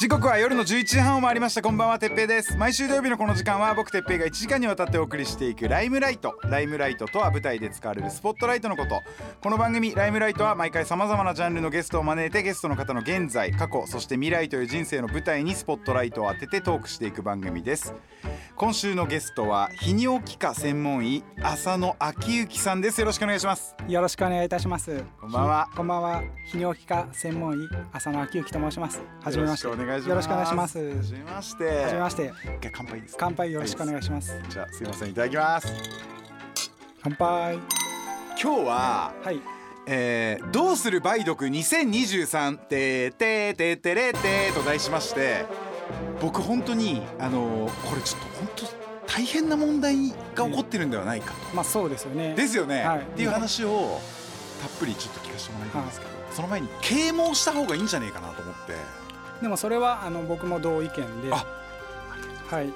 時刻は夜の11時半を回りましたこんばんはてっぺいです毎週土曜日のこの時間は僕てっぺいが1時間にわたってお送りしていくライムライトライムライトとは舞台で使われるスポットライトのことこの番組ライムライトは毎回さまざまなジャンルのゲストを招いてゲストの方の現在過去そして未来という人生の舞台にスポットライトを当ててトークしていく番組です今週のゲストは泌尿器科専門医浅野昭之さんですよろしくお願いしますよろしくお願いいたします。こんばんはひこんばんは。泌尿器科専門医浅野昭之と申します。はじめまして。よろしくお願いしますよろしくお願いします。はじはめましてじめまして。一回乾杯です乾杯よろしくお願いします。じゃあすいませんいただきます乾杯。今日ははい。えーどうする梅毒2023てーてーてーてれーてーと題しまして僕本当にあのーこれちょっと本当大変な問題が起こってるんではないかまあそうですよね。とですよね、はいっていう話をたっぷりちょっと聞かせてもらいたいんですけど、その前に啓蒙した方がいいんじゃねえかなと思ってでもそれはあの僕も同意見で。あはい。や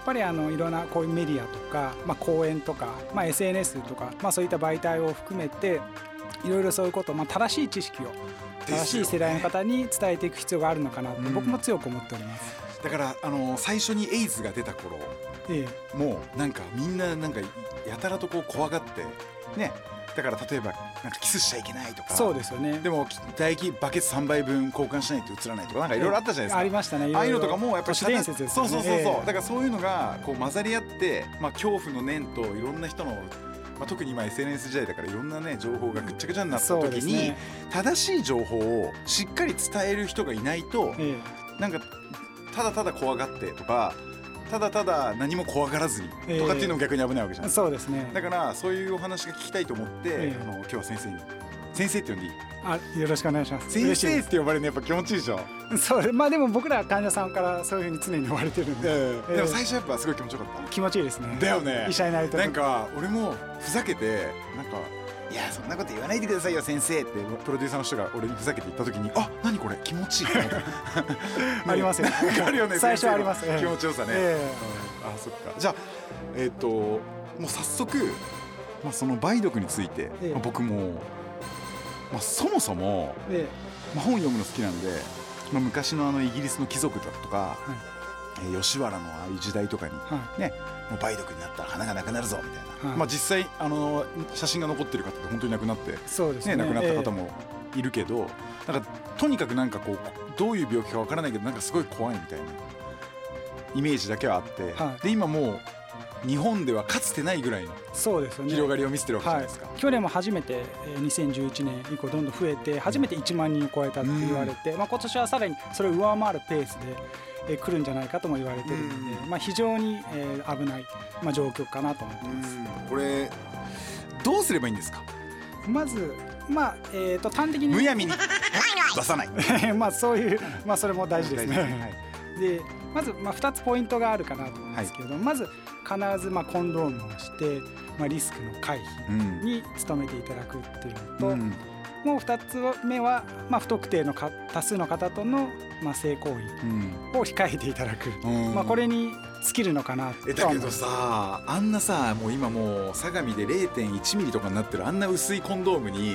っぱりあのいろんなこういうメディアとか、まあ、講演とか、まあ、SNS とか、まあ、そういった媒体を含めていろいろそういうこと、まあ、正しい知識をですよね正しい世代の方に伝えていく必要があるのかなとうん僕も強く思っております。だからあのー最初にエイズが出た頃ええもうなんかみんななんかやたらとこう怖がってねだから例えばなんかキスしちゃいけないとかそうですよね。でも唾液バケツ3杯分交換しないと映らないとかなんかいろいろあったじゃないですか。ありましたね。ああいうのとかもやっぱり都市伝説ですよね。そうそうそうそう、だかえらそういうのがこう混ざり合って、まあ、恐怖の念といろんな人の、まあ、特に今 SNS 時代だからいろんなね情報がぐっちゃぐちゃになえったそう時ですに、ね。正しい情報をしっかり伝える人がいないとええなんかただただ怖がってとかただただ何も怖がらずにとかっていうのも逆に危ないわけじゃないですかそうですね。だからそういうお話が聞きたいと思って、ええあの今日は先生に先生って呼んでいいあ、よろしくお願いします。先嬉しい生でって呼ばれるのやっぱ気持ちいいでしょ、すそれ、まあでも僕ら患者さんからそういうふうに常に呼ばれてるんで、えでも最初やっぱすごい気持ちよかっ気持ちいいですねた。だよね医者になると。なんか俺もふざけてなんか「いやそんなこと言わないでくださいよ先 生」ってプロデューサーの人が俺にふざけて言った時に「あ何これ気持ちいい」ありますよねなん かあるよね最先初生のありますええ気持ちよさね、えうんあそっかじゃあえっ、ともう早速、まあ、その梅毒について、ええまあ僕も、まあ、そもそもえで、まあ、本読むの好きなんで、まあ、昔のあのイギリスの貴族だとか、えー吉原のああいう時代とかに、はね、もう梅毒になったら花がなくなるぞみたいな、はいまあ、実際、あのー写真が残ってる方って本当になくなって、ねそうですね。亡くなった方も。もいるけど、なんかとにかくなんかこうどういう病気かわからないけどなんかすごい怖いみたいなイメージだけはあって、はいで今もう日本ではかつてないぐらいのそうですよね。広がりを見せてるわけじゃはないいですか。、去年も初めてえー2011年以降どんどん増えて初めて1万人を超えたって言われて、まあ、今年はさらにそれを上回るペースでえー来るんじゃないかとも言われてるので、まあ、非常にえー危ない、まあ、状況かなと思ってます。これどうすればいいんですかまず、まあえー、と端的にむやみ に出さない。まあそういう、まあ、それも大事です大事ですねはね。 でまず、まあ、2つポイントがあるかなと思うんですけれども、まず必ず、まあ、コンドームをして、まあ、リスクの回避うんに努めていただくっていうのと、うんもう2つ目は、まあ、不特定のか多数の方との、まあ、性行為を控えていただく、うんまあ、これに尽きるのかなとえだけどさあんなさもう今もう相模で0.1ミリとかになってるあんな薄いコンドームに、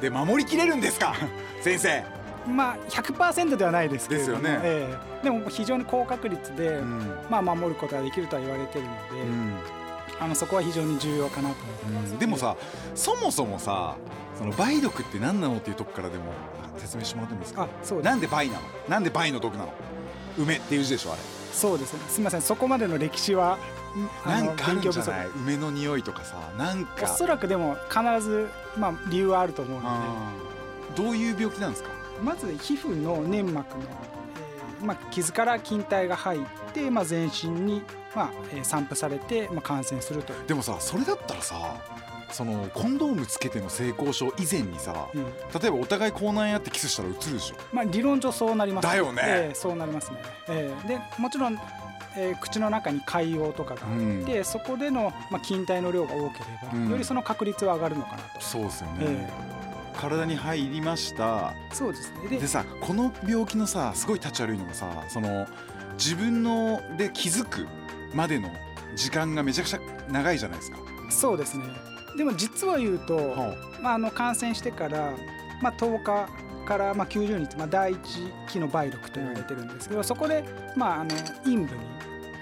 えで守りきれるんです か先生まあ100%ではないですけれどもですよねええでも非常に高確率で、ん、まあ、守ることができるとは言われてるので、あのそこは非常に重要かなと思ってます、でもさそもそもさその梅毒って何なのっていうとこからでもあ説明してもらってもいいですかあそうでなんで梅なのなんで梅の毒なの梅っていう字でしょあれすそうですねすみませんそこまでの歴史はあのなんかあるんじゃ勉強ない梅の匂いとかさなん不足かおそらくでも必ず、まあ、理由はあると思うのであーどういう病気なんですかまず皮膚の粘膜の、えーまあ、傷から菌体が入って、まあ、全身に、まあえー散布されて、まあ、感染するという、でもさそれだったらさそのコンドームつけての性交渉以前にさうん例えばお互い口内炎あってキスしたら映るでしょまあ、理論上そうなりますだよねえーそうなりますね、えーでもちろん、えー口の中に海洋とかがあって、うそこでの、まあ、菌体の量が多ければ、うんよりその確率は上がるのかなと、そうですよえ体に入りましたそうですねででさこの病気のさすごい立ち悪いのがさその自分ので気づくまでの時間がめちゃくちゃ長いじゃないですか。そうですねでも実は言うと、まあ、あの感染してから、まあ、10日からまあ90日、まあ、第一期の梅毒と言われてるんですけど、そこで、まあ、あの陰部に、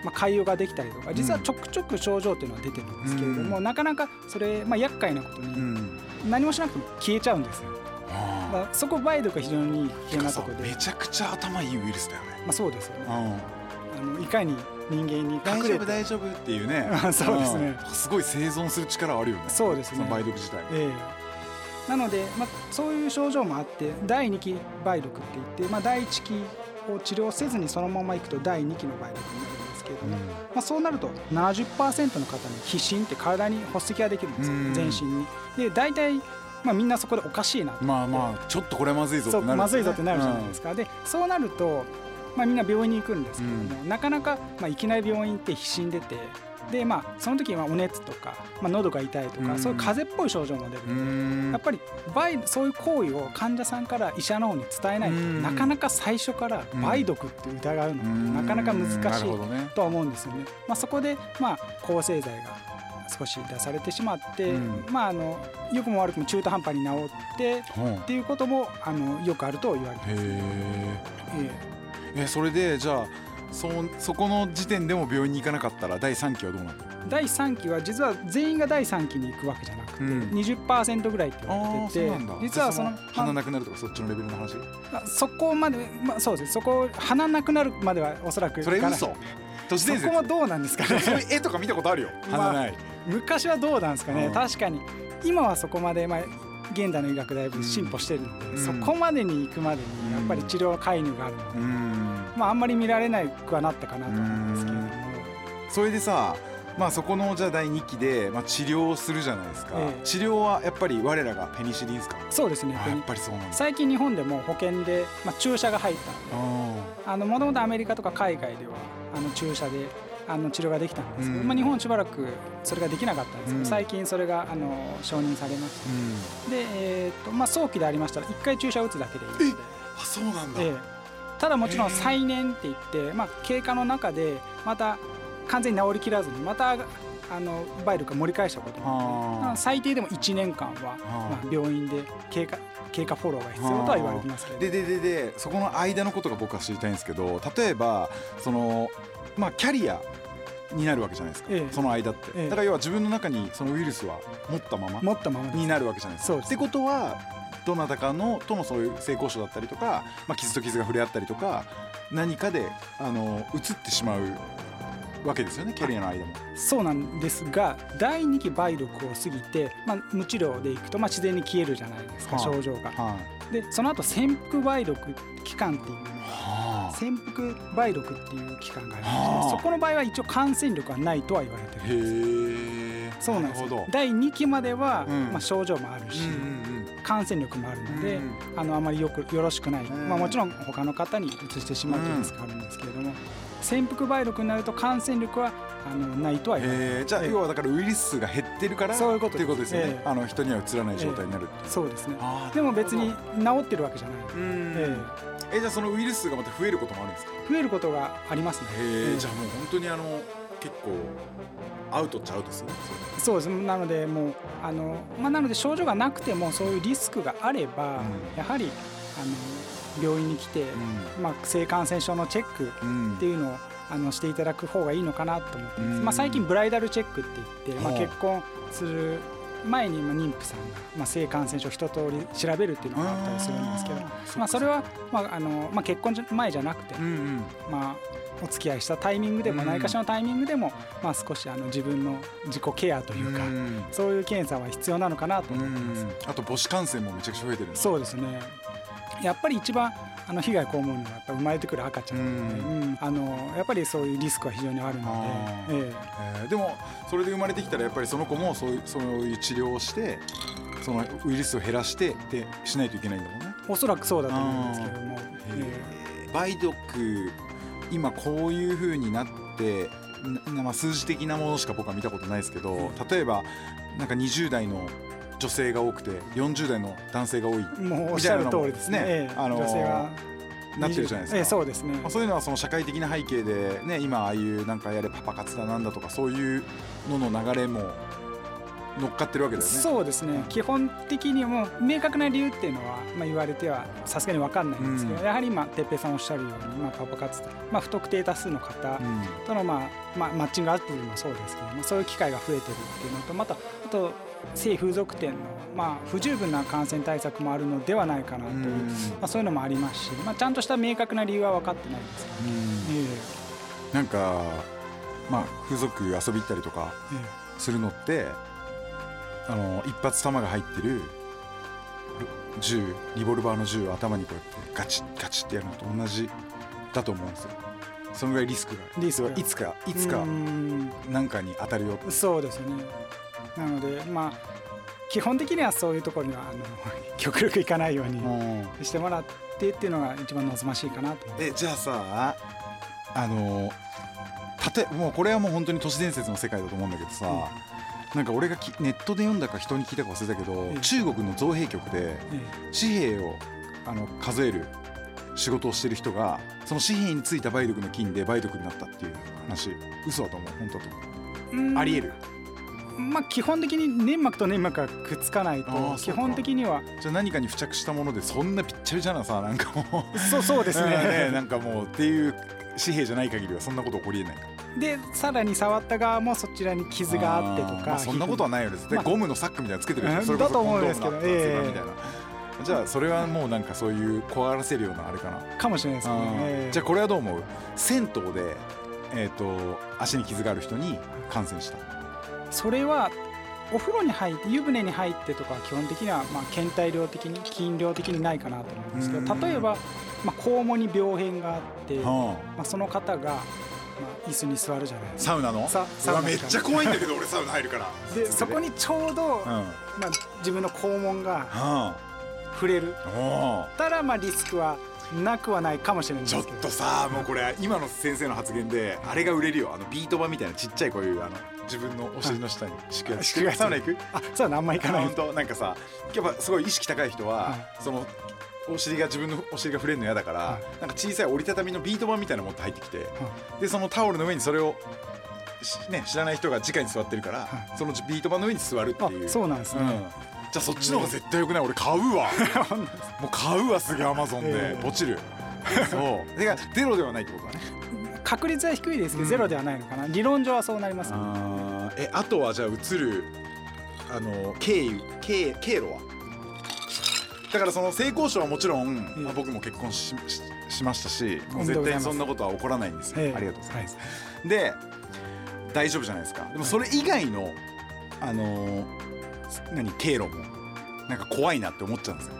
まあ、潰瘍ができたりとか実はちょくちょく症状というのは出てるんですけれども、うなかなかそれ、まあ厄介なことうにん、何もしなくても消えちゃうんですよ、だあからそこ梅毒が非常に危ーて険なかとさころでめ、ちゃくちゃ頭いいウイルスだよね。まあ、そうですよねうんあのいかに人間に大隠丈れ夫て大丈夫っていう ねそうですねんすごい生存する力はあるよねそうですねその梅毒自体ええなので、まあ、そういう症状もあって第2期梅毒って言って、まあ、第1期を治療せずにそのままいくと第2期の梅毒になるんですけれども、まあ、そうなると70%の方に皮疹って体に発石ができるんですようん全身に。で大体、まあ、みんなそこでおかしいなとまあまあちょっとこれはまずいぞってそなうるよねまずいぞってなるじゃないですか、でそうなると、まあ、みんな病院に行くんですけども、なかなか、まあ、いきなり病院って必死に出てで、まあ、その時はお熱とか、まあ、喉が痛いとか、うんそういう風邪っぽい症状も出る、うんやっぱり梅そういう行為を患者さんから医者の方に伝えないと、うんなかなか最初から梅毒って疑ううのってんなかなか難しいなるほどねとは思うんですよね。まあ、そこで、まあ、抗生剤が少し出されてしまって、うんまあ、あの良くも悪くも中途半端に治ってうんっていうこともあのよくあると言われてます、へえええそれでじゃあそそこの時点でも病院に行かなかったら第3期はどうなるのえ第3期は実は全員が第3期に行くわけじゃなくて、うん20%ぐらいって言わあれあそうてなんだて実はそので鼻なくなるとかそっちのレベルの話まあそこまで、まあ、そうですねそこ鼻なくなるまではおそらくそれいかない嘘都市伝そ説こはどうなんですか そうねいう絵とか見たことあるよ鼻ない昔はどうなんですかね、うん確かに今はそこまで、まあ、現代の医学だいぶ進歩してるので、うんそこまでに行くまでにやっぱり治療介入があるので、うんまあ、あんまり見られなくはなったかなと思うんですけれども。それでさまあそこのじゃあ第2期で、まあ、治療をするじゃないですか、ええ治療はやっぱり我らがペニシリンですかそうですねあやっぱりそうなんだ最近日本でも保険で、まあ、注射が入ったあんでもともとアメリカとか海外ではあの注射であの治療ができたんですけど、うんまあ、日本しばらくそれができなかったんですけど、うん最近それがあの承認されましーうんたで、えーとまあ、早期でありましたら1回注射打つだけでいいのであそうなんだ、ええただもちろん再燃って言って、まあ、経過の中でまた完全に治りきらずにまたあのバイルが盛り返したこともあってまああ最低でも1年間は、あまあ、病院で経過経過フォローが必要とは言われてますけどーででででそこの間のことが僕は知りたいんですけど例えばそのまあキャリアになるわけじゃないですか、ええその間って、ええだから要は自分の中にそのウイルスは持ったまま持ったままになるわけじゃないですか。そうですってことはどなたかのとのそういう性交渉だったりとか、まあ、傷と傷が触れ合ったりとか何かであの移ってしまうわけですよねキャリアの間も。そうなんですが第2期梅毒を過ぎて、まあ、無治療でいくと、まあ、自然に消えるじゃないですか、はあ症状が。はいでその後潜伏梅毒期間っていうはあ潜伏梅毒っていう期間がありまはしあてそこの場合は一応感染力はないとは言われてへるえそうなんでするほどよ。第2期までは、うんまあ、症状もあるし、うん感染力もあるので、うんあのあまりよくよろしくない、うんまあ、もちろん他の方に移してしまうというリスクがあるんですけれども、潜伏梅毒になると感染力はあのないとは言われてへえじゃあええ要はだからウイルスが減ってるからそういうことっていうことですよね、ええあの人には移らない状態になるっていう、そうですねあーでも別になる治ってるわけじゃない、ほどうんええじゃあそのウイルスがまた増えることもあるんですかえ増えることがありますね、へえええじゃあもう本当にあの結構アウトっちゃアウトですよねそれそうですなのでもうあの、まあ、なので症状がなくてもそういうリスクがあれば、うんやはりあの病院に来て、まあ、性感染症のチェックうんっていうのをあのしていただく方がいいのかなと思ってます、うんまあ、最近ブライダルチェックって言って、まあ、ほう結婚する前にまあ妊婦さんが、まあ、性感染症一通り調べるっていうのがあったりするんですけどあーまあ、それは、まああのまあ、結婚じゃ前じゃなくて、うんうんまあ、お付き合いしたタイミングでもうん何かしらのタイミングでも、まあ、少しあの自分の自己ケアというか、うんそういう検査は必要なのかなとう思ってます。んあと母子感染もめちゃくちゃ増えてるんですそうですねやっぱり一番あの被害被るのはやっぱ生まれてくる赤ちゃんなので、うんうんあのやっぱりそういうリスクは非常にあるあのでー、えええーでもそれで生まれてきたらやっぱりその子もそういうそういう治療をしてそのウイルスを減らしてってしないといけないんだもんねおそらくそうだと思うんですけれども、ええー梅毒今こういう風になってなまあ、数字的なものしか僕は見たことないですけど例えばなんか20代の女性が多くて40代の男性が多いもうおっしゃる通りですねみたいなのもねえあのえー女性がなってるじゃないですかええそうですねまあ、そういうのはその社会的な背景で、ね、今ああいうなんかやれパパ活だなんだとかそういうのの流れも乗っかってるわけだよね。そうですね基本的にもう明確な理由っていうのは、まあ、言われてはさすがに分かんないんですけど、うんやはり今哲平さんおっしゃるように、まあ、パパ活とか、まあ、不特定多数の方うんとの、まあまあ、マッチングアプリもそうですけどもそういう機会が増えてるっていうのとまたあと性風俗店の、まあ、不十分な感染対策もあるのではないかなという、うんまあ、そういうのもありますし、まあ、ちゃんとした明確な理由は分かってないんですよね。うんえなんか、まあ、風俗遊び行ったりとかええするのってあの一発弾が入ってる銃リボルバーの銃を頭にこうやってガチッガチッってやるのと同じだと思うんですよ。そのぐらいリスクがあるリスクがいつかえいつかうんなんかに当たるよってそうですよねなのでまあ基本的にはそういうところにはあの 極力行かないようにしてもらってっていうのが一番望ましいかなとえじゃあさあのたとえもうこれはもう本当に都市伝説の世界だと思うんだけどさ、なんか俺がきネットで読んだか人に聞いたか忘れたけど、ええ中国の造幣局でえ紙幣をあの数える仕事をしてる人がその紙幣についた梅毒の菌で梅毒になったっていう話嘘だと思う本当だと思う、えうんありえるまあ基本的に粘膜と粘膜がくっつかないあーとそ基うか本的にはじゃあ何かに付着したものでそんなぴっちゃびちゃなさなんかもうそうそうですね ねなんかもうっていう紙幣じゃない限りはそんなこと起こりえないからでさらに触った側もそちらに傷があってとーか、まあ、そんなことはないよね絶対まあゴムのサックみたいなのつけてるでしょうんそれこそだと思うんですけどコンドームのええ厚さみたいなじゃあそれはもうなんかそういう怖がらせるようなあれかな、かもしれないですね、えあーえじゃあこれはどう思う銭湯で、えー、と足に傷がある人に感染したそれはお風呂に入って湯船に入ってとかは基本的にはまあ検体量的に筋量的にないかなと思うんですけうんど例えば、まあ、肛門に病変があって、まはああ、その方が、まあ、椅子に座るじゃないですかサウナのさサうウわナめっちゃ怖いんだけど俺サウナ入るからでそこにちょうど、うんまはあ、自分の肛門があ触れるおたらまあリスクはなくはないかもしれないんちょっですけどとさもうこれ今の先生の発言であれが売れるよあのビート板みたいなちっちゃいこういうあの自分のお尻の下に敷くやつ敷くやつサウナ行くあそうだあんまりいかない本当なんかさやっぱすごい意識高い人は、はそのお尻が自分のお尻が触れるの嫌だから、はなんか小さい折りたたみのビート板みたいなの持って入ってきて、でそのタオルの上にそれをしね、知らない人が直に座ってるから、はそのビート板の上に座るっていうあそうなんですねんじゃあそっちの方が絶対よくない俺買う わもう買うわすげえアマゾンで、ええポチる そうてかゼロではないってことだね確率は低いですけど、ゼロではないのかな理論上はそうなりますねあーえあとはじゃあ移るあの経緯経経路はだからその性交渉はもちろん、まあ僕も結婚しししましたしもうおめで絶とうご対ざいまにすそんなことは起こらないんですよ、ええありがとうございます、で大丈夫じゃないですかでもそれ以外の、あのー何経路もなんか怖いなって思っちゃうんですよ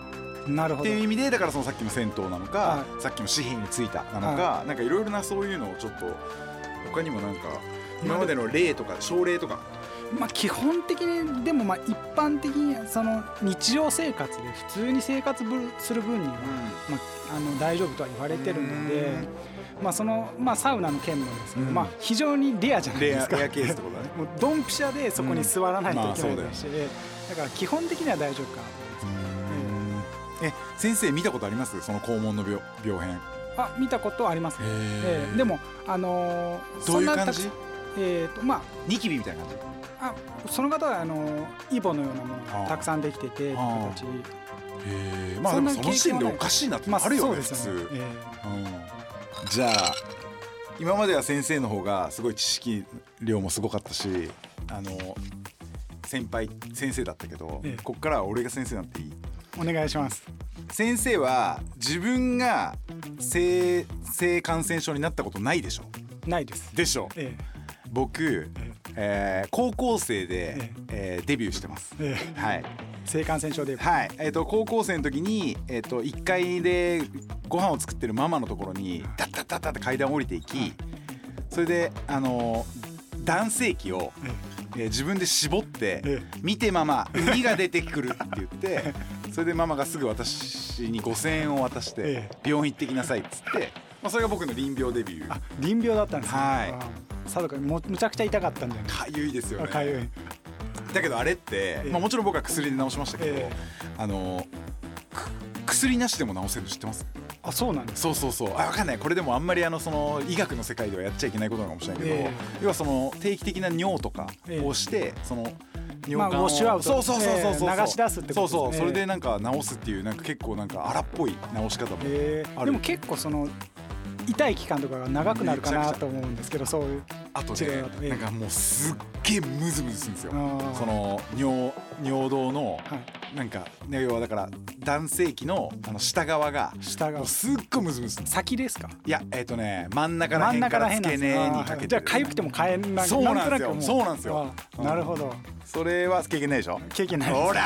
なるっほてどいう意味でだからそのさっきの銭湯なのか、はさっきの紙幣についたなのか、なんかいろいろなそういうのをちょっと他にもなんか今までの例とか症例とかまあ、基本的にでもまあ一般的にその日常生活で普通に生活ぶする分には、まあ、あの大丈夫とは言われてるので、まあ、その、まあ、サウナの件もですけど、うんまあ、非常にレアじゃないレでアすか。。レアケースってことだねもうドンピシャでそこに座らないといけなういんまあですし、だから基本的には大丈夫かなと思いえ先生見たことありますその肛門の病病変ますあ見たことありますね、へーええでもあのーどういうそんなた感くじえーとまあニキビみたいな感あその方はあのイボのようなものがたくさんできててあー形じへえまあでそんもなその時点で経験おはないかしいなってまああるよそうねです普よね通、えうえんじゃあ今までは先生の方がすごい知識量もすごかったしあの先輩先生だったけど、ええこっからは俺が先生になっていいお願いします先生は自分が性性感染症になったことないでしょないですでしょえ僕、えー高校生で、ええーデビューしてます、ええはいえ性感染症ではいえー、と高校生の時に、えー、と1階でご飯を作ってるママのところにダッダッダッダッって階段を降りていきそれであのー男性器を、えー自分で絞ってえ「見てママ海が出てくる」って言って それでママがすぐ私に5,000円を渡しえて「病院行ってきなさい」っつって、まあ、それが僕の臨病デビュー。臨病だったんですねはいああ佐藤君もむちゃくちゃ痛かったんだよねかゆいですよねあかゆいだけどあれって、えまあ、もちろん僕は薬で治しましたけど、えあのく薬なしでも治せるの知ってますあそうなんですそうそうそうあ分かんないこれでもあんまりあのその医学の世界ではやっちゃいけないことなのかもしれないけど、ええ要はその定期的な尿とかええをして、そのまあ尿管を、ウォッシュアウトそうそうそうそうそう、ええ流し出すってことですねそうそうそれでなんか治すっていうなんか結構なんか荒っぽい治し方も、えーあるでも結構その痛い期間とかが長くなるかなと思うんですけどそういうあと治療ねだとええなんかもうすっげえムズムズするんですよあーその尿尿道のはいなんかね要はだから男性器のあの下側が下もがうすっごいムズムズするんです先ですかいやえっ、とね真ん中ら真へんんか中ららへん付なんけです根ねにあかけーてじゃあ痒くても変えなそうなんですよとくもそうなんですよあーなるほどそれは経験ないでしょ経験ないですほ ら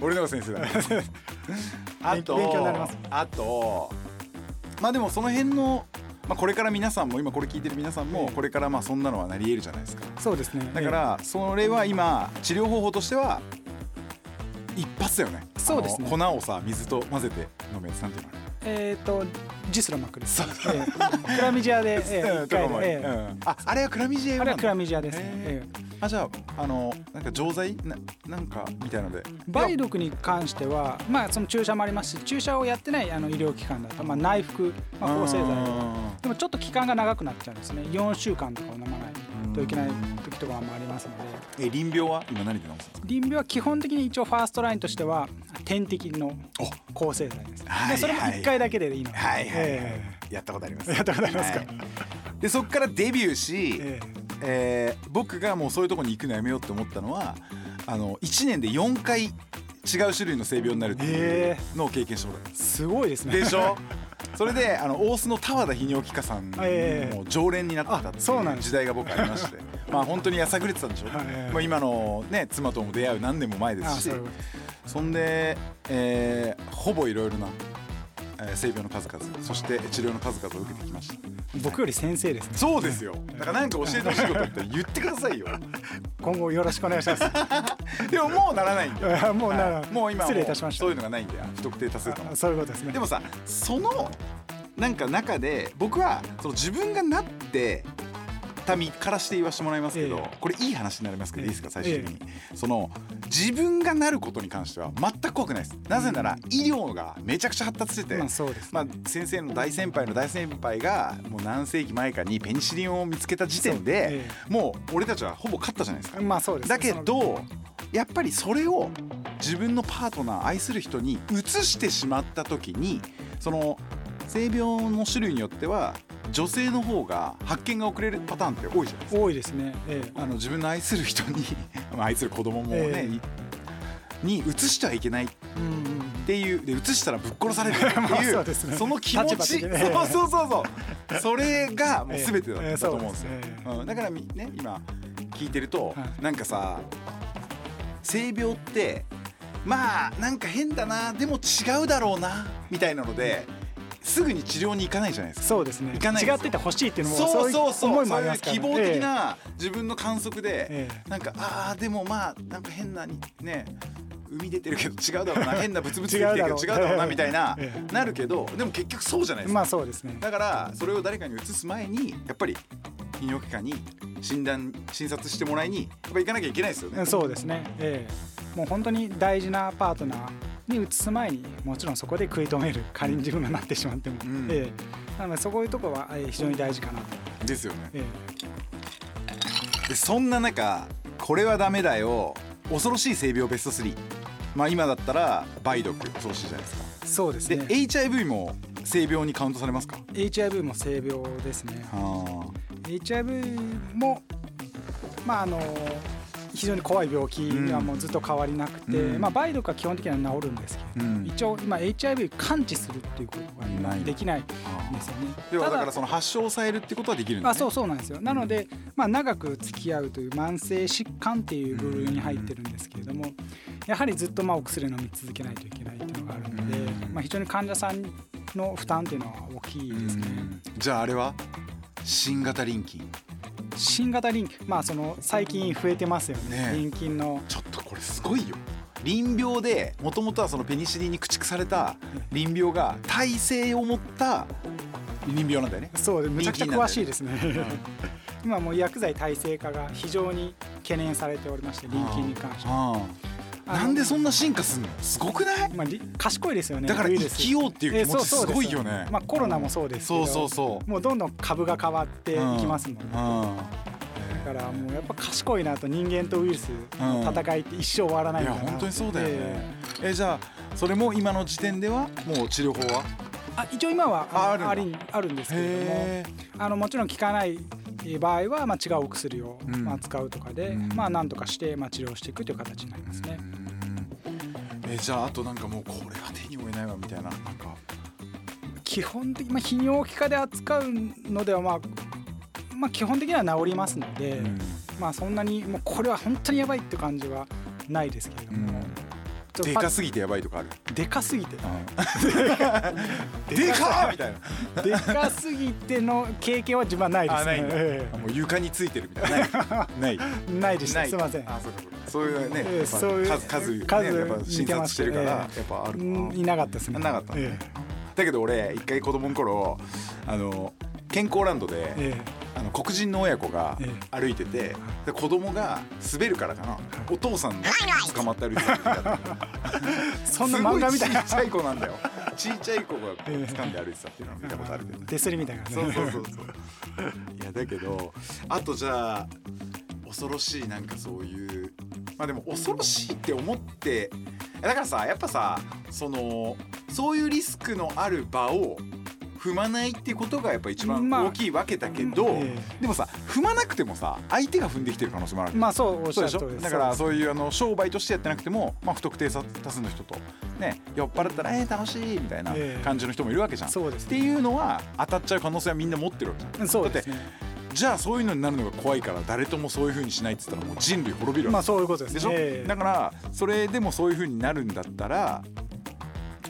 俺の方が先生だあと勉強になりますあとまあでもその辺の、まあ、これから皆さんも今これ聞いてる皆さんもこれからまあそんなのはなり得るじゃないですかそうですねだからそれは今治療方法としては一発だよねそうですねあの粉をさ水と混ぜて飲むやつなんていうのあれえっ、ー、とジスロマックです、えークラミジアで、え うー、んと一か回もで、ねえうーんああれはクラミジア用あれなはんだクラミジアですね、へえーーあじゃああのなんか錠剤ななんかみたいので梅毒に関しては、まあ、その注射もありますし注射をやってないあの医療機関だと、まあ、内服、まあ、抗生剤をでもちょっと期間が長くなっちゃうんですね4週間とかを飲まないといけない時とかもありますのでえ臨病は今何で治すんですか臨病は基本的に一応ファーストラインとしては点滴の抗生剤です、はいでそれもはい1回だけでいいので、はいはいはい、えやったことありますやったことありますか、はいでそこからデビューし、ええー僕がもうそういうとこに行くのやめようって思ったのはあの1年で4回違う種類の性病になるっていうえのを経験したことありますーすごいですねでしょそれであの大須の田和田泌尿器科さんええもう常連になってたってあそうないんうです時代が僕ありま してまあ本当にやさぐれてたんでしょ、はいはいまあ、今のね妻とも出会う何年も前であすしそういうこそんで、えーほぼいろいろな、えー性病の数々そして治療の数々を受けてきましたと僕より先生ですねそうですよだからなんか教えてほしいことって言ってくださ いよ今後よろしくお願いします でももうならないんだよあ もうなら、はいもう今は失も礼ういたしましそういうたのがないんだよ不特定多数とあもそういうことですねでもさそのなんか中で僕はその自分がなってた身からして言わせてもらいますけど、ええこれいい話になりますけど、えいいえですか最終的に、その自分がなることに関しては全く怖くないですなぜなら医療がめちゃくちゃ発達してて、まあそうですねまあ先生の大先輩の大先輩がもう何世紀前かにペニシリンを見つけた時点で、そうえもう俺たちはほぼ勝ったじゃないですか、まあそうですだけどやっぱりそれを自分のパートナー愛する人に移してしまった時にその性病の種類によっては女性の方が発見が遅れるパターンって多いじゃないですか。多いですね、ええあの自分の愛する人に まあ愛する子供もね、えに移してはいけないっうんうんていうで移したらぶっ殺されるっていう,、 まあそうですねの気持ち、立場的にそうそうそうそうそれ がもう全てだったと思うんですよ。ええええそうですねうん、だからみね今聞いてると、はいなんかさ性病ってまあなんか変だなでも違うだろうなみたいなのですぐに治療に行かないじゃないですか。そうですね行かないんですよ違っててほしいっていうのもそうそういそ思ういそもあうりいまうすから希望的な自分の観測で、ええなんかああでもまあなんか変なにね生み出てるけど違う だろうな変なブツブツ出てるけど違違ううだだろうろうなみたいな、 えなるけどでも結局そうじゃないえでえすか、まあそうですねだからそれを誰かに移す前にやっぱり泌尿器科に診断診察してもらいにやっぱ行かなきゃいけないですよね。そうですねええもう本当に大事なパートナーに移す前にもちろんそこで食い止める仮に自分がなってしまっても、んええなのでそこいうとこはええ非常に大事かなと、ですよね。えでそんな中「これはダメだよ恐ろしい性病ベスト3」まあ今だったら梅毒恐ろしいじゃないですか。えそうですで、ね HIV も性病にカウントされますか HIV も性病ですねあー HIV もまああの非常に怖い病気にはもうずっと変わりなくて、うんまあ、梅毒は基本的には治るんですけど、うん一応今 HIV 感知するっていうことが今ないできないんあーですよね。ではただからその発症を抑えるってことはできるんあです、ね、そうそうなんですよなので、まあ、長く付き合うという慢性疾患っていう部類に入ってるんですけれどもやはりずっとまあお薬飲み続けないといけないっていうのがあるので、まあ、非常に患者さんの負担っていうのは大きいですね。じゃああれは新型臨筋新型リンキまあその最近増えてますよねねえリンキンのちょっとこれすごいよ臨病でもともとはそのペニシリンに駆逐された臨病が耐性を持った臨病なんだよねそうめちゃくちゃ リンキンなんだよね詳しいですね今もう薬剤耐性化が非常に懸念されておりまして臨近に関してはああなんでそんな進化すんのすごくないまあ、り賢いですよねだからウイルス生きようっていう気持ちえそそすごいよねですまあ、コロナもそうですけそどうそうそうもうどんどん株が変わっていきますもんね、うだからもうやっぱ賢いなと人間とウイルスの戦いって一生終わらないん、んいだやなっ本て当にそうだよねえじゃあそれも今の時点ではもう治療法はあ一応今はあああるんだありあるんですけれどもへあのもちろん効かない場合は、まあ、違うお薬を、んまあ、使うとかで、んまあ、なんとかして、まあ、治療していくという形になりますね、えじゃああとなんかもうこれは手に負えないわみたいななんか基本的に、まあ、泌尿器科で扱うのでは、まあまあ、基本的には治りますので、まあ、そんなにもうこれは本当にやばいって感じはないですけれどうも、んちょっとでパッかすぎてやばいとかあるでかすぎてでかっみたいなでかすぎての経験は自分はないですねあないんだ えもう床についてるみたいな ないないえないですすいませんあそうかそうかそういうね、ええやっぱそういう数数,、ね、数やっぱ診似て察ましすてるから、えやっぱあるかうんいななかったですねなかったねえだけど俺一回子供の頃あの健康ランドで、ええあの黒人の親子がえ歩いてて、で子供が滑るからかな、お父さんに捕まったりする時があったえそんな漫画みたいなすごちっちゃい子なんだよちっちゃい子がこう掴んで歩いてたっていうのを見たことあるけど手すりみたいなねそうそうそうそういやだけどあとじゃあ恐ろしいなんかそういうまあでも恐ろしいって思ってだからさやっぱさそのそういうリスクのある場を踏まないっていうことがやっぱ一番まあ大きいわけだけど、えでもさ踏まなくてもさ相手が踏んできてる可能性もあるわけ まあそうおっしそうでゃるし通ょりですだからそういうあの商売としてやってなくても、まあ、不特定多数の人と、ね、酔っ払ったら「えー、楽しい」みたいなええ感じの人もいるわけじゃん。そうですっねていうのは当たっちゃう可能性はみんな持ってるわけじゃん。そうですだねってじゃあそういうのになるのが怖いから誰ともそういうふうにしないって言ったらもう人類滅びるまわあけそういうことですでねしょ、ええだからそれでもそういうふうになるんだったら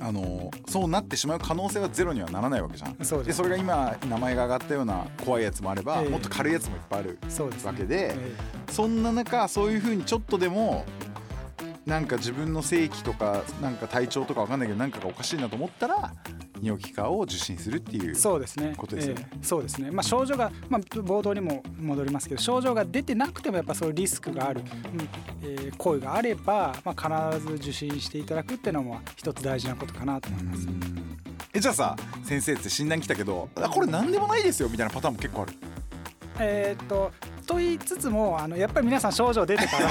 あのそうなってしまう可能性はゼロにはならないわけじゃんそうですそれが今名前が上がったような怖いやつもあれば、ええもっと軽いやつもいっぱいあるそうですねわけで、えそんな中そういうふうにちょっとでもなんか自分の性器とかなんか体調とかわかんないけどなんかがおかしいなと思ったら尿器科を受診するっていうえそうですねことですよねええそうですねまあ症状がまあ冒頭にも戻りますけど症状が出てなくてもやっぱそういうリスクがある、うんええ行為があればまあ必ず受診していただくっていうのも一つ大事なことかなと思いますえじゃあさ先生って診断来たけどあこれ何でもないですよみたいなパターンも結構あるえーっとと言いつつもあのやっぱり皆さん症状出てから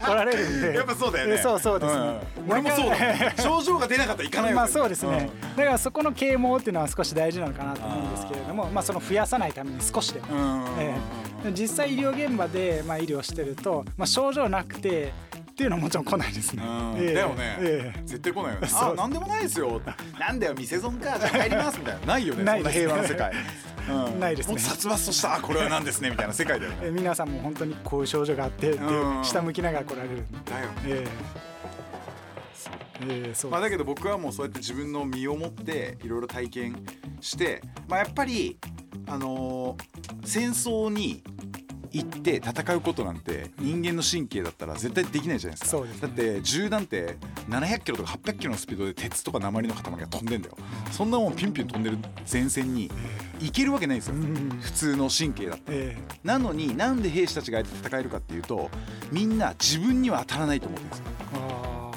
来られるんでえそうそうですね、ん俺もそうだからだ症状が出なかったらいかないわけまあそうですね、だからそこの啓蒙っていうのは少し大事なのかなと思うんですけれどもまあその増やさないために少しでも、うんうんうんうんええ実際医療現場で、まあ、医療してると、まあ、症状なくてっていうのはもちろん来ないですね、うんええだよね、ええ絶対来ないよね そうあ何でもないですよなんだよ店損かじゃあ帰りますみたいなないよねなそいんなです平和な世界、うんないですねもっと殺伐としたあこれは何ですねみたいな世界だよねえ皆さんも本当にこういう症状があってってうん下向きながら来られるんで、だよねええええそうまあ、だけど僕はもうそうやって自分の身をもっていろいろ体験して、まあ、やっぱり、あのー戦争に行って戦うことなんて人間の神経だったら絶対できないじゃないですかそうですねだって銃弾って700キロとか800キロのスピードで鉄とか鉛の塊が飛んでんだよそんなもんピュンピュン飛んでる前線に行けるわけないんですよん普通の神経だってえなのになんで兵士たちがあえて戦えるかっていうとみんな自分には当たらないと思ってるんですよえあ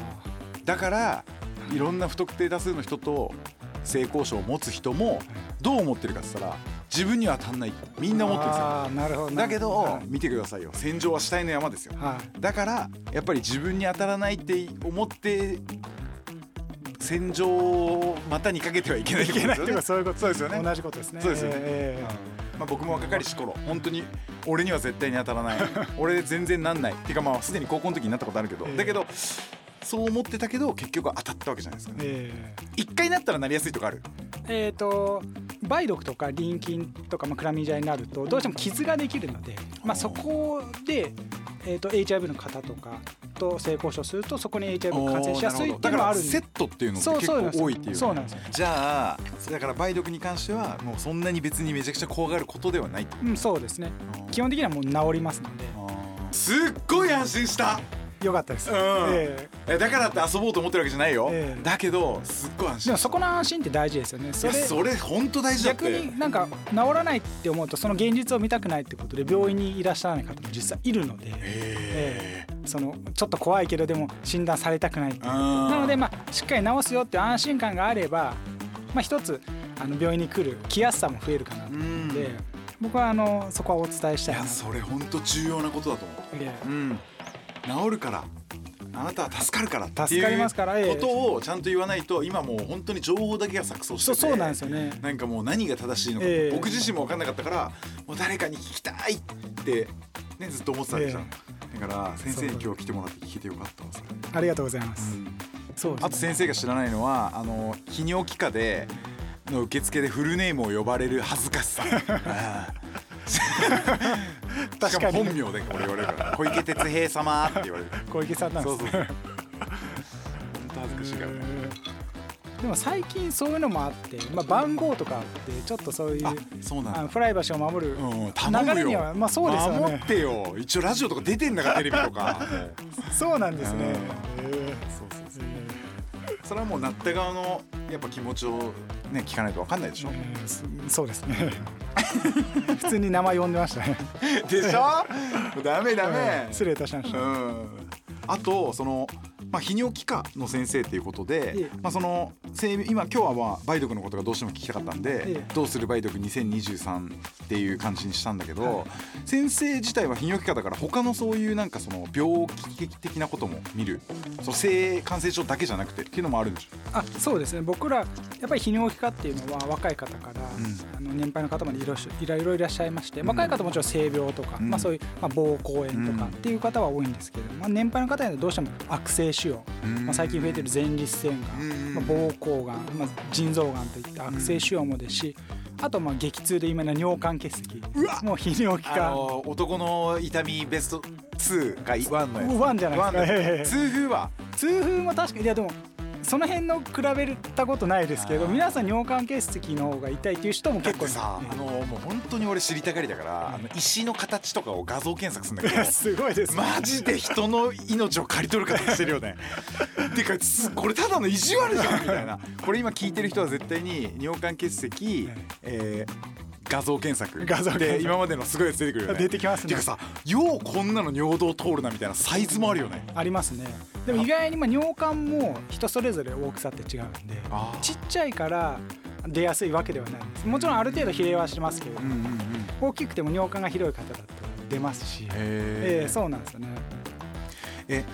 あだからいろんな不特定多数の人と性交渉を持つ人もどう思ってるかっつったら自分には当たんないってみんな思ってるんですよあーなるほどだけどはい見てくださいよ戦場は死体の山ですよはいだからやっぱり自分に当たらないって思って戦場を股にかけてはいけないいいけない というかそういうことそうですよね同じことですねそうですよねえええまあ、僕も若かりし頃本当に俺には絶対に当たら ない俺全然なんないてかまあすでに高校の時になったことあるけど、ええだけどそう思ってたけど結局当たったわけじゃないですか、ね、ええ一回なったらなりやすいとかあるええーと梅毒とか淋菌とか、まあ、クラミジアになるとどうしても傷ができるので、まあ、そこで、えー、と HIV の方とかと性交渉するとそこに HIV が感染しやすいっていうのはあるんでだからセットっていうのってそう結そうなんで構すよ多いっていうそうなんですよじゃあだから梅毒に関してはもうそんなに別にめちゃくちゃ怖がることではないうん、そうですねあー基本的にはもう治りますのですっごい安心した良かったです、うんえええだからって遊ぼうと思ってるわけじゃないよ、ええだけどすっごい安で心もそこの安心って大事ですよねそそれれそれ本当大事だって逆になんか治らないって思うとその現実を見たくないってことで病院にいらっしゃらない方も実際いるので、ええそのちょっと怖いけどでも診断されたくないっていうあーなので、まあ、しっかり治すよっていう安心感があれば、まあ、一つあの病院に来る来やすさも増えるかなと思うので、うん僕はあのそこはお伝えしいたいなやとそれ本当重要なことだと思うええうん、治るからあなたは助かるからっていう助かりますからえこえとをちゃんと言わないと今もう本当に情報だけが錯綜してそうてそうなんですよね。なんかもう何が正しいのか、ええ僕自身も分かんなかったからもう誰かに聞きたいって、ね、ずっと思ってたわけじゃん、だから先生に今日来てもらって聞けてよかったわそれ、ありがとうございます。うんそうですねあと先生が知らないのはあの泌尿器科での受付でフルネームを呼ばれる恥ずかし さああしかも本名で俺言われるから「小池哲平様」って言われる小池さんなんですそうねそうそう本当恥ずかしいからねでも最近そういうのもあって、まあ、番号とかあってちょっとそういうあそうなんあのだプライバシーを守るうん、流頼むれよには、まあそうですよ守ねってよ一応ラジオとか出てんだからテレビとかもうそうなんですね、そうそうそうそれはもうなった側のやっぱ気持ちをね聞かないと分かんないでしょ、うんそそうですね普通に名前呼んでましたねでしょ ダメダメ、失礼いたしました、うんあとその、まあ、泌尿器科の先生ということで、ええまあ、その生命今今日は、まあ、梅毒のことがどうしても聞きたかったんで「ええどうする梅毒2023」っていう感じにしたんだけど、は先生自体は泌尿器科だから他のそういうなんかその病気的なことも見るその性感染症だけじゃなくてっていうのもあるんでしょあそうですね僕らやっぱり泌尿器科っていうのは若い方から、んあの年配の方までいろしいろいろいらっしゃいまして、若い方もちろん性病とか、うんまあ、そういう、まあ、膀胱炎とかうんっていう方は多いんですけど、まあ、年配の方にはどうしても悪性腫瘍、うんまあ、最近増えてる前立腺がん、うんまあ、膀胱がん、まあ、腎臓がんといった悪性腫瘍もですし、あとまあ激痛で有名な尿管結石もう泌尿器あ科の男の痛みベスト2か1のやつワンじゃないですか1だ痛風は痛風も確かにいやでもその辺の比べたことないですけどあー皆さん尿管結石の方が痛いっていう人もだっ結構てさいるあのもう本当に俺知りたがりだからあの石の形とかを画像検 索するんだけいやどすごいですねマジで人の命を刈り取る形してるよ ね。てかすこれただの意地悪じゃんみたいなこれ今聞いてる人は絶対に尿管結石、えー画像検索画像検索で今までのすごいやつ出てくるよね出てきますねてかさようこんなの尿道通るなみたいなサイズもあるよねありますねでも意外にまあ尿管も人それぞれ大きさって違うんであちっちゃいから出やすいわけではないですもちろんある程度比例はしますけれどうんうんうん大きくても尿管が広い方だったら出ますしえへえそうなんですよねえ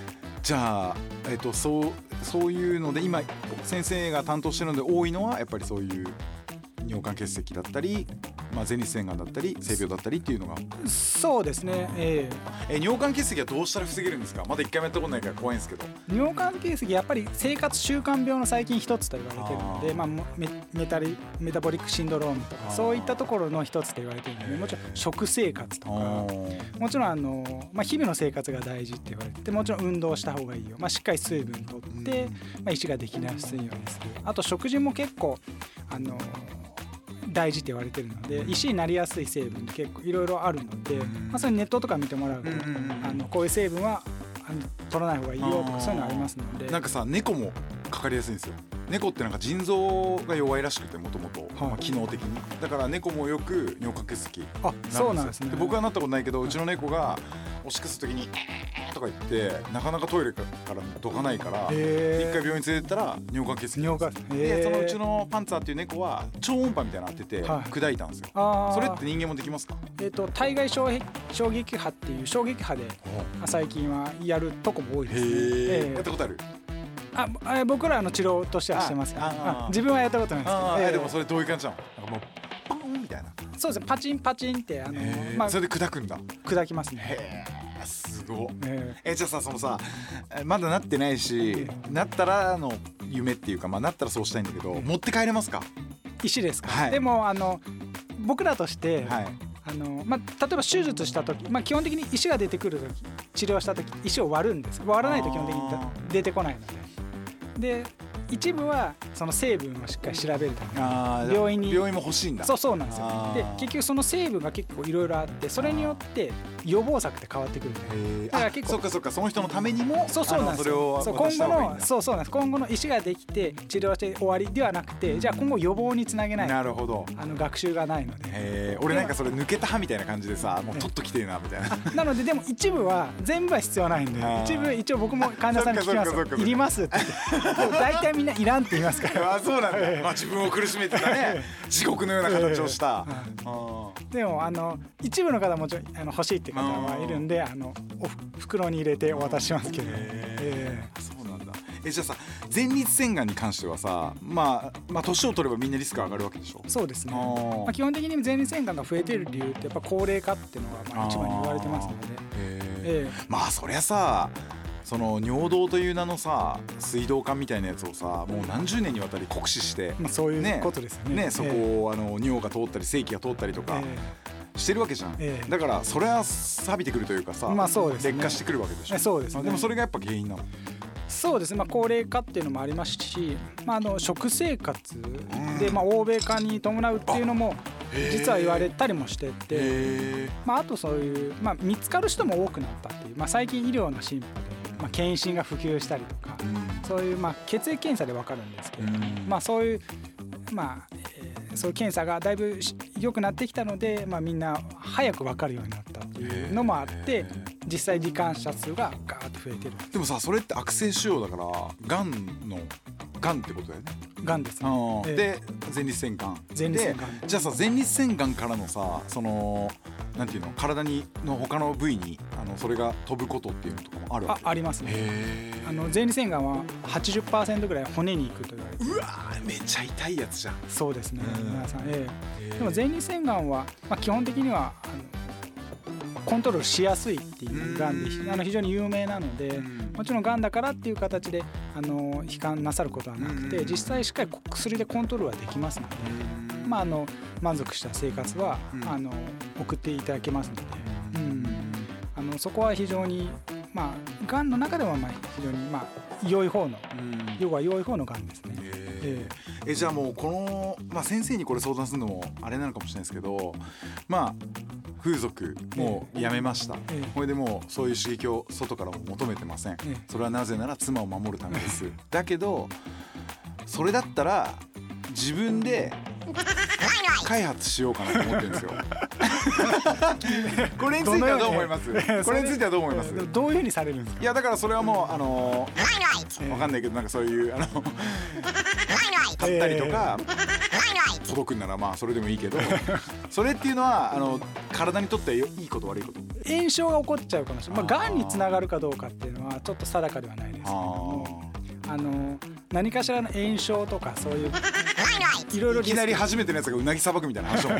じゃあ、えっと、そうそういうので今先生が担当してるので多いのはやっぱりそういう尿管結石だったり、まあ、前立腺がんだったり性病だったりっていうのがそうですねえええ尿管結石はどうしたら防げるんですかまだ一回もやったことないから怖いんですけど尿管結石やっぱり生活習慣病の最近一つと言われてるのであーまあ、もメメタリメタボリックシンドロームとあかーそういったところの一つと言われてるのでもちろん食生活とかもちろんあの、まあ、日々の生活が大事って言われててもちろん運動した方がいいよ、まあ、しっかり水分とって、うんまあ、石ができやすいようにするあと食事も結構あの大事って言われてるので石になりやすい成分って結構いろいろあるので、んまあ、それネットとか見てもらうと、うんうんうんあのこういう成分はあの取らない方がいいよとあーかそういうのありますのでなんかさ猫もかかりやすいんですよ猫ってなんか腎臓が弱いらしくてもともとはい機能的にだから猫もよく尿管結石あそうなんですね僕はなったことないけどうちの猫がおしっこするときに「とか言ってなかなかトイレからどかないから一へ回ー病院連れてったら尿管結石尿管へでーそのうちのパンツァーっていう猫は超音波みたいなの当ててはい砕いたんですよあーそれって人間もできますかえっ、と体外衝撃衝撃波っていう衝撃波でまあ最近はやるとこも多いですね。へええやったことあるああ僕らあの治療としてはしてますけどあああ自分はやったことないですけどあ、ーええでもそれどういう感じなのなんかもうパンみたいな、そうですねパチンパチンってあの、まあ、それで砕くんだ砕きますね、へえすごっえええじゃあさそのさえまだなってないしなったらの夢っていうかまあなったらそうしたいんだけど持って帰れますか石ですか、はいでもあの僕らとして、はいあのまあ、例えば手術した時、まあ、基本的に石が出てくる時治療した時石を割るんです割らないと基本的にあ出てこないのでで一部はその成分をしっかり調べるためあー病院に病院も欲しいんだそうそうなんですよあーで結局その成分が結構いろいろあってそれによって予防策って変わってくるんだよへーだからあ結構そっかそっかその人のためにもそうそうあなのんでそすれをよそう今渡した後方がいいんのだそうそうなんです今後の石ができて治療して終わりではなくてじゃあ今後予防につなげないなるほどあの学習がないのでえー俺なんかそれ抜けた歯みたいな感じでさもう取っときてえなみたいな なのででも一部は全部は必要ないんであー一部一応僕も患者さんに聞きますそっかそっかそっかそっかよいりますって言ってでも大体みんないらんって言います からあそうなんだ、まあ、自分を苦しめてたね地獄のような形をした、あでもあの一部の方はもちろんあの欲しいって方はいるんであのお袋に入れてお渡ししますけど、えーそうなんだえじゃあさ前立腺がんに関してはさ、まあ、まあ年を取ればみんなリスク上がるわけでしょえそうですね、あーまあ、基本的に前立腺がんが増えてる理由ってやっぱ高齢化っていうのがまあ一番に言われてますので、へーえまあそりゃさその尿道という名のさ水道管みたいなやつをさもう何十年にわたり酷使して、えまあ、そういうことですよねねそこえを、あの尿が通ったり正気が通ったりとえかえしてるわけじゃん、ええだからそれは錆びてくるというかさ、まあそうですね劣化してくるわけでしょえそうですねあでもそれがやっぱ原因なのえそうですね、まあ、高齢化っていうのもありますし、まあ、あの食生活で、まあ、欧米化に伴うっていうのも実は言われたりもしてて。へまあ、あとそういう、まあ、見つかる人も多くなったっていう、まあ、最近医療の進歩で、まあ、検診が普及したりとかそういう、まあ、血液検査で分かるんですけど、うんまあ、そういう、まあえーそういう検査がだいぶし良くなってきたので、まあ、みんな早く分かるようになったっていうのもあって実際罹患者数がガーッと増えてるでもさそれって悪性腫瘍だからがんのがんってことだよね、がんですね。ええで前立腺がん前立腺がんでじゃあさ前立腺がんからのさそのなんていうの体にの他の部位にあのそれが飛ぶことっていうのとかもあるわあけありますねへあの前立腺がんは80%ぐらい骨に行くと言われてーうわーめちゃ痛いやつじゃんそうですねうん皆さん、ええでもへ前立腺がんは、まあ、基本的にはあのコントロールしやすいっていうがんでうんあの非常に有名なのでんもちろんがんだからっていう形であの悲観なさることはなくうてん実際しっかり薬でコントロールはできますので、ーまあ、あの満足した生活は、うんあの送っていただけますので、うん、あのそこは非常に、まあ、がんの中ではまあ非常に、まあ、良い方のうん要は良い方のがんですね。ええじゃあもうこの、まあ、先生にこれ相談するのもあれなのかもしれないですけどまあ風俗もうやめました、ええこれでもうそういう刺激を外からも求めてません、ええそれはなぜなら妻を守るためです だけどそれだったら自分で開発しようかなと思ってるん ですよこれについてはどう思い ますこれについてはどう思いますええでもどういうふうにされるんですかいやだからそれはもうあのわかんないけどなんかそういうあの買ったりとか届くんならまあそれでもいい けどそれっていうのはあの体にとってよいいこと悪いこと炎症が起こっちゃうかもしれない、まあ、あーがんにつながるかどうかっていうのはちょっと定かではないですけどもあの何かしらの炎症とかそういういろいろいきなり初めてのやつがうなぎさばくみたいな話を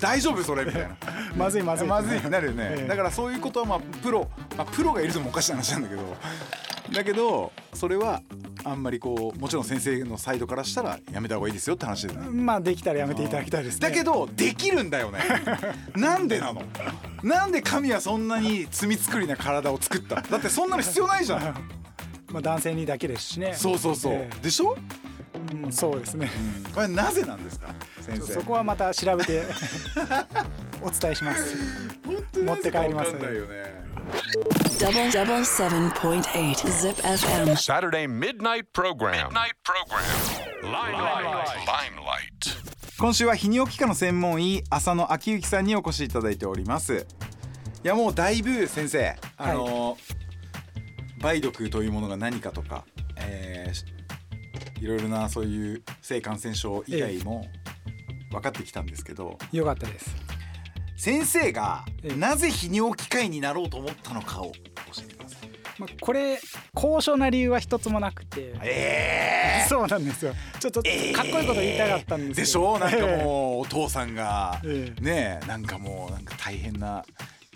大丈夫 それみたいなまずいまずいまずいになるよね、ええだからそういうことはまあプロ、まあ、プロがいるのもおかしな話なんだけどだけどそれはあんまりこうもちろん先生のサイドからしたらやめた方がいいですよって話ですねまあできたらやめていただきたいですねだけどできるんだよ ねなんでなのなんで神はそんなに罪作りな体を作ったのだってそんなの必要ないじゃ んまあ、男性にだけですしねそうそうそう、えでしょ、えうんそうですねこれなぜなんですか先生 そこはまた調べて お伝えします持って帰りますわかんないよね Double double seven point eight Zip FM. Saturday midnight program. Midnight program. Limelight. Limelight. 今週は泌尿器科の専門医浅野昭之さんにお越しいただいておりますいやもうだいぶ先生あの、梅毒というものが何かとか、えーしいろいろなそういう性感染症以外も分かってきたんですけど、よかったです先生がええなぜ泌尿器科医になろうと思ったのかを教えてくださいまあ、これ高尚な理由は一つもなくて、 そうなんですよちょっとかっこいいこと言いたかったんですけど、でしょなんかもうお父さんが、ええねえなんかもうなんか大変な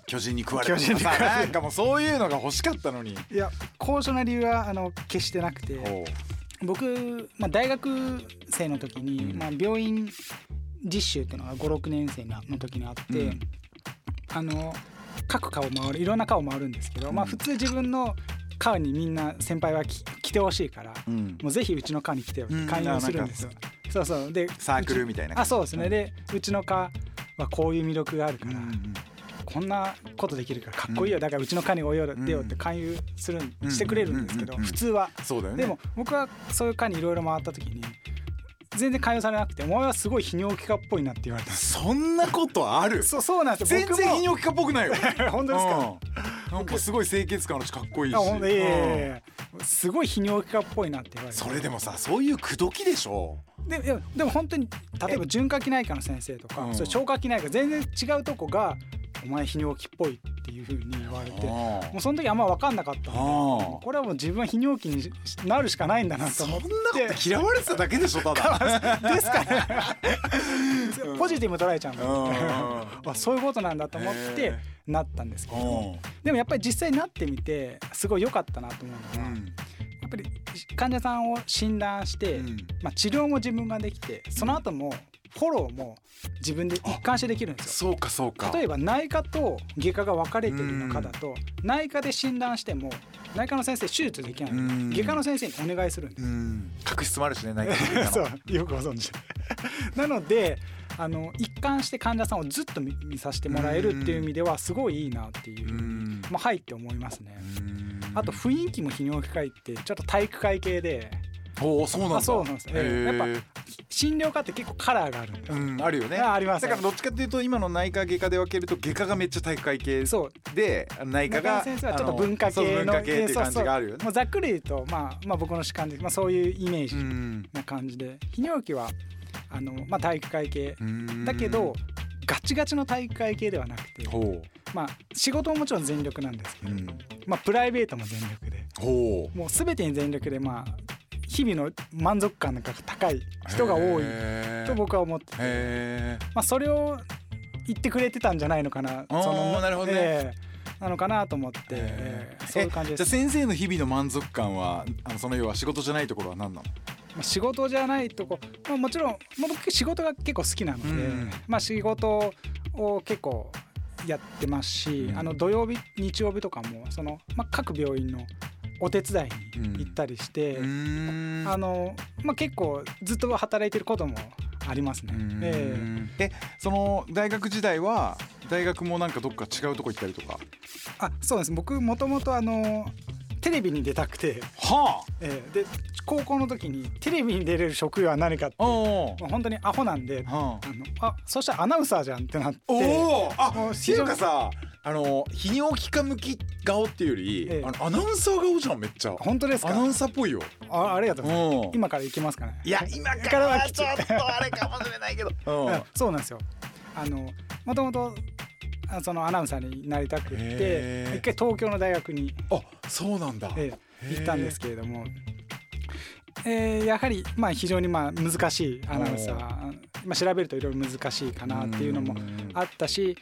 巨人に食われ巨人に食われさなんかもうそういうのが欲しかったのに。いや高尚な理由はあの決してなくておう僕、まあ、大学生の時に、まあ、病院実習っていうのが56年生の時にあって、うんあの各科を回るいろんな科を回るんですけど、まあ、普通自分の科にみんな先輩はき来来てほしいから、うんもうぜひうちの課に来てよってうん勧誘するんですよ、そうそうでサークルみたいなあそうですねでうちの課はこういう魅力があるから、こんなことできるからかっこいいよ、だからうちの課においよ出よって勧誘するん、うんしてくれるんですけど、うんうんうん普通は、そうだよねでも僕はそういう課にいろいろ回った時に全然勧誘されなくて「お前はすごい泌尿器科っぽいな」って言われたんですそんなことあるそうそうなんですよ全然僕も泌尿器科っぽくないよ 本当ですか、うんなんかすごい清潔感あるしかっこいいしあほんといやいやいうんやすごい泌尿器科っぽいなって言われてそれでもさそういう口説きでしょででもでも本当に例えば循環器内科の先生とか、うんそれ消化器内科全然違うとこが「お前泌尿器っぽい」っていうふうに言われてもうその時あんま分かんなかったんであーもうこれはもう自分は泌尿器になるしかないんだなとそん思なっこてと嫌われてただけでしょただ ですかねポジティブに捉えちゃうんだう あそういうことなんだと思ってへなったんですけどうんでもやっぱり実際になってみてすごい良かったなと思うのうが、んやっぱり患者さんを診断して、うんまあ、治療も自分ができてその後もフォローも自分で一貫してできるんですよ。そうかそうか例えば内科と外科が分かれているような科だと内科で診断しても内科の先生手術できないうんので外科の先生にお願いするんです。うん確執もあるしね内科の そうよくご存知 なのであの一貫して患者さんをずっと見見させてもらえるっていう意味ではすごいいいなっていうう、んまあ、はいって思いますね。うんあと雰囲気も泌尿器科医ってちょっと体育会系でおおそうなんだあそうなんですねへーやっ診療科って結構カラーがあるんですようんあるよねあありますだからどっちかっていうと今の内科外科で分けると外科がめっちゃ体育会系そうで内科中川が先生はちょっあとの文化そう系文の化系っていう感じがあるよそうそうもねうざっくり言うと、まあ、まあ僕の主観で、まあ、そういうイメーうジんな感じで泌尿器はあの、まあ、体育会系うんだけどガチガチの体育会系ではなくて、ほうまあ、仕事ももちろん全力なんですけうど、んまあ、プライベートも全力でほうもう全てに全力で、まあ、日々の満足感が高い人が多いへーと僕は思っててへまあ、それを言ってくれてたんじゃないのかなあーそのなるほどねええなのかなと思って、えええそういう感じじでゃあす、先生の日々の満足感はあのその要は仕事じゃないところは何なのまあ、仕事じゃないとこ、まあ、もちろん、まあ、僕仕事が結構好きなので、うんまあ、仕事を結構やってますし、うんあの土曜日日曜日とかもその、まあ、各病院のお手伝いに行ったりして、うんあのまあ、結構ずっと働いてることもありますね。えええその大学時代は大学もなんかどっか違うとこ行ったりとかあそうです僕もともとあのテレビに出たくてはえーで高校の時にテレビに出れる職業は何かってあおもう本当にアホなんであはのあそしたらアナウンサーじゃんってなっておおーあもっうて非い常うにかさあの泌尿器科向き顔っていうより、ええあのアナウンサー顔じゃんめっちゃ本当ですアナウかンサーっぽいよあありがとうございますうん今から行きますかねいや今からはちょっとあれかもしれないけどうんそうなんですよあのもともとあそのアナウンサーになりたくってへー一回東京の大学に、あそうなんだ、えーへー行ったんですけれども、えーやはりまあ非常にまあ難しいアナウンサー、おまあ、調べるといろいろ難しいかなっていうのもんあったし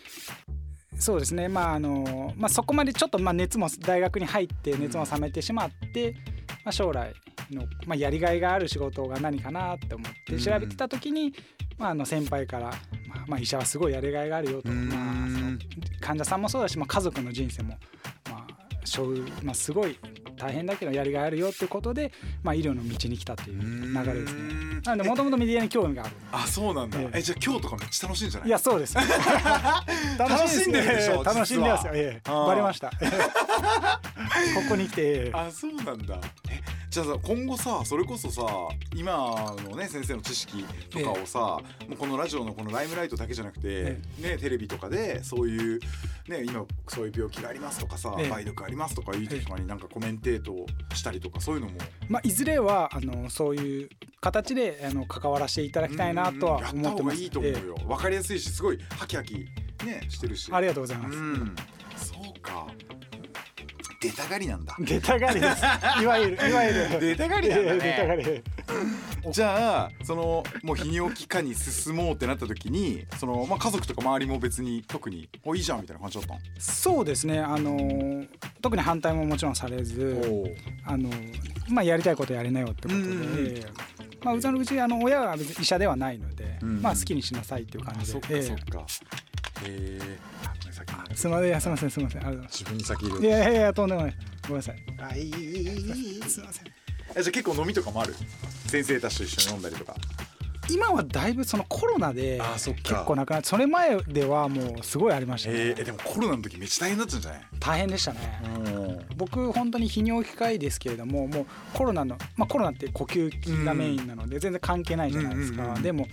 そうですねまああの、まあ、そこまでちょっとまあ熱も大学に入って熱も冷めてしまって、まあ、将来の、まあ、やりがいがある仕事が何かなって思って調べてた時に、まあ、あの先輩から、まあまあ、医者はすごいやりがいがあるよと、うんまあ、その患者さんもそうだし、まあ、家族の人生も、まあしょうまあ、すごい大変だけどやりがいあるよってことで、まあ、医療の道に来たっていう流れですね。うんなのでもともとメディアに興味があるあそうなんだえええじゃあ今日とかめっちゃ楽しいんじゃないいやそ うです。楽しんでるでしょええ楽しんでます実は。よええうんバレました。ここに来てええあそうなんだえじゃあさ今後さそれこそさ今のね先生の知識とかをさ、もうこのラジオのこの「ライムライト」だけじゃなくて、えね、テレビとかでそういう、ね、今そういう病気がありますとかさ、ええ梅毒ありますとかいう時とかになんかコメンテートをしたりとかそういうのもまあいずれはあのそういう形であの関わらせていただきたいなとはうんやっ思ったて方がます。いいと思うよ、えわかりやすいしすごいハキハキねしてるしえありががとうございます。うんそうか出たがり なんだ出たがりです。いわゆるいわゆ る出たがりなんだねえ え出たがり。じゃあそのもう泌尿器科に進もうってなった時にその、まあ、家族とか周りも別に特に「おいいじゃん」みたいな感じだったのそうですね。あの特に反対ももちろんされず、おあのまあやりたいことやりなよってことで。うんうんうんええまあ、うちのうちあの親は別に医者ではないので、うんまあ、好きにしなさいっていう感あじそっでか、ええそっかへえあごめん先にすみません、すみません、すみません、ありがとうございま自分に先す。入いれやいやいや、とんでもない。ごめんなさい。あいいいいいいすみません。えじゃあ結構飲みとかもある先生たちと一緒に飲んだりとか今はだいぶそのコロナであそっか結構なくなってそれ前ではもうすごいありましたねえー、えでもコロナの時めっちゃ大変だったんじゃない大変でしたね僕本当に泌尿器科医ですけれどももうコロナの、まあ、コロナって呼吸器がメインなので全然関係ないじゃないですか、うんうんうんでも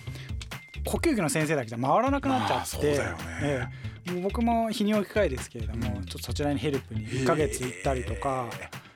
呼吸器の先生だけじゃ回らなくなっちゃまあっそうて、だよねええもう僕も泌尿器科医ですけれども、うんちょっとそちらにヘルプに1ヶ月行ったりとか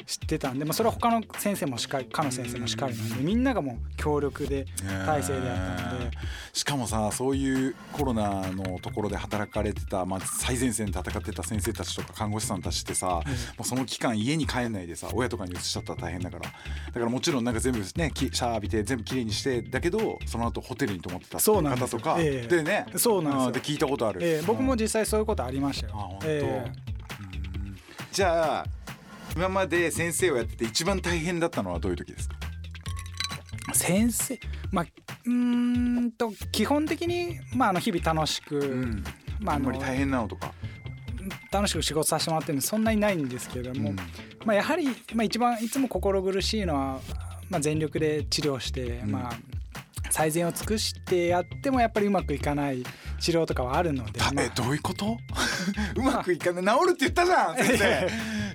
してたんで、まあ、それは他の先生もしっかり科の先生もしっかりなんで、みんながもう協力で体制でやったので。しかもさそういうコロナのところで働かれてた、まあ、最前線で戦ってた先生たちとか看護師さんたちってさ、もうその期間家に帰んないでさ親とかに移しちゃったら大変だからだからもちろんなんか全部ねきシャー浴びて全部きれいにしてだけどその後ホテルに泊まってたっていそううなんで方すとよかええでねそうなんですよで聞いたことある、ええ僕も実際そういうことありましたよ。あ本当えじゃあ今まで先生をやってて一番大変だったのはどういう時ですかえ先生まあうーんと基本的に、まあ、あの日々楽しく、んまああ、あんまのり大変なのとか楽しく仕事させてもらってるのそんなにないんですけれども、うんまあ、やはり、まあ、一番いつも心苦しいのは、まあ、全力で治療して、んまあ、最善を尽くしてやってもやっぱりうまくいかない治療とかはあるので、だまあえどういうこと うまくいかない治るって言ったじゃん先生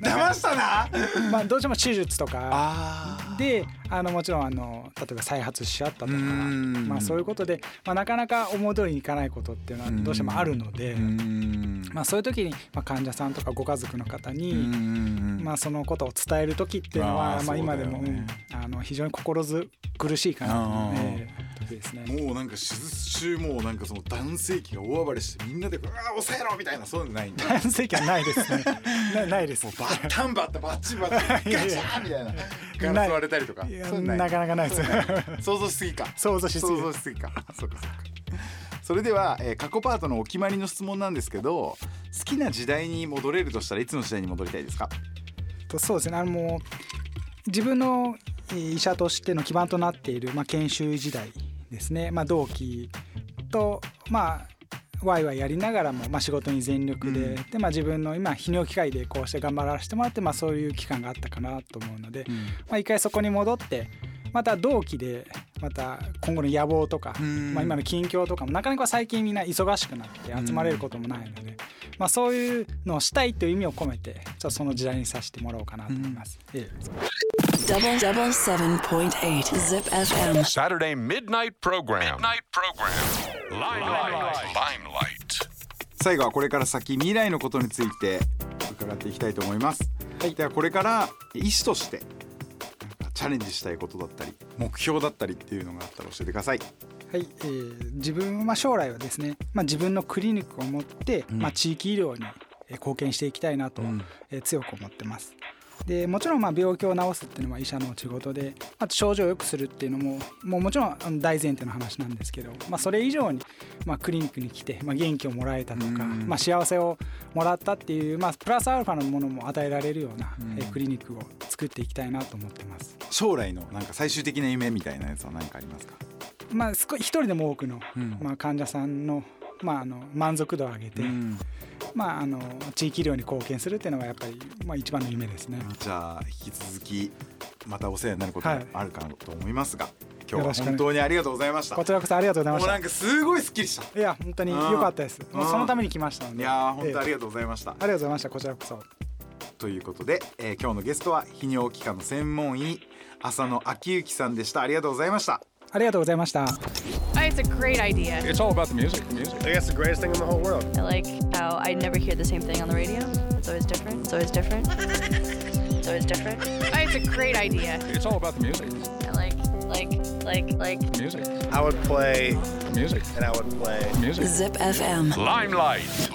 騙したなまあ、どうしても手術とかあであのもちろんあの例えば再発しちゃったとか、うんまあ、そういうことで、まあ、なかなか思う通りにいかないことっていうのはどうしてもあるので、うーんまあ、そういう時に、まあ、患者さんとかご家族の方に、うーんまあ、そのことを伝える時っていうのはあーまあ、今でも、そうだよねうんあの非常に心ず苦しいかなとあーええ時ですね。 もうなんか手術中もうなんかその男性器が大暴れしてみんなで「うわー抑えろ!」みたいなそういうの ないんだ男性器はないですね。なないですもう。バッタンバッタンバッチンバッタンガチャーンみ たいなガラス割れたりとかいやそういうのいなかなかないです。想像しすぎか想像しすぎ想像しすぎかそうかそうかそれでは、えー過去パートのお決まりの質問なんですけど好きな時代に戻れるとしたらいつの時代に戻りたいですかとそうですねあのもう自分のえー医者としての基盤となっている、まあ、研修時代ですね、まあ、同期とまあワイワイやりながらも、まあ、仕事に全力で,、うんでまあ、自分の今泌尿機会でこうして頑張らせてもらって、まあ、そういう期間があったかなと思うので、まあ、一回そこに戻ってまた同期でまた今後の野望とか、うんまあ、今の近況とかもなかなか最近みんな忙しくなって集まれることもないので、まあ、そういうのをしたいという意味を込めてちょっとその時代にさせてもらおうかなと思います。ええ Double double seven point eight Zip FM. Saturday midnight program. Midnight program. Limelight. Limelight. 最後はこれから先未来のことについて伺っていきたいと思います、はいではこれから医師としてなんかチャレンジしたいことだったり目標だったりっていうのがあったら教えてくださいはいえー自分は将来はですね、まあ、自分のクリニックを持って、まあ、地域医療にえー貢献していきたいなと、えー強く思ってます。でもちろんまあ病気を治すっていうのは医者の仕事であと症状を良くするっていうのももうもちろんあの大前提の話なんですけど、まあ、それ以上に、まあ、クリニックに来て、まあ、元気をもらえたとか、まあ、幸せをもらったっていう、まあ、プラスアルファのものも与えられるような、えークリニックを作っていきたいなと思ってます。将来のなんか最終的な夢みたいなやつは何かありますかまあ、すごい一人でも多くの、まあ、患者さんの,、まあ、あの満足度を上げて、まあ、あの地域医療に貢献するっていうのがやっぱり、まあ、一番の夢ですね。じゃあ引き続きまたお世話になることはがいあるかなと思いますが、今よ日ろはしくね本当にありがとうございましたこちらこそありがとうございまもしうなたん。かすごいすっきりしたいや本当に良かったです。うんもうそのために来ましたのいで。やー本当ありええがとうございました、ありがとうございました。こちらこそ。ということで、えー今日のゲストは泌尿器科の専門医浅野昭之さんでしたありがとうございましたありがとうございました。Oh, It's a great idea. It's all about the music. music. I guess the greatest thing in the whole world. I like how I never hear the same thing on the radio. It's always different. It's always different. It's always different. Oh, It's a great idea. It's all about the music. I like, like, like, like. Music. I would play Music. and I would play. Music. Zip FM. Limelight.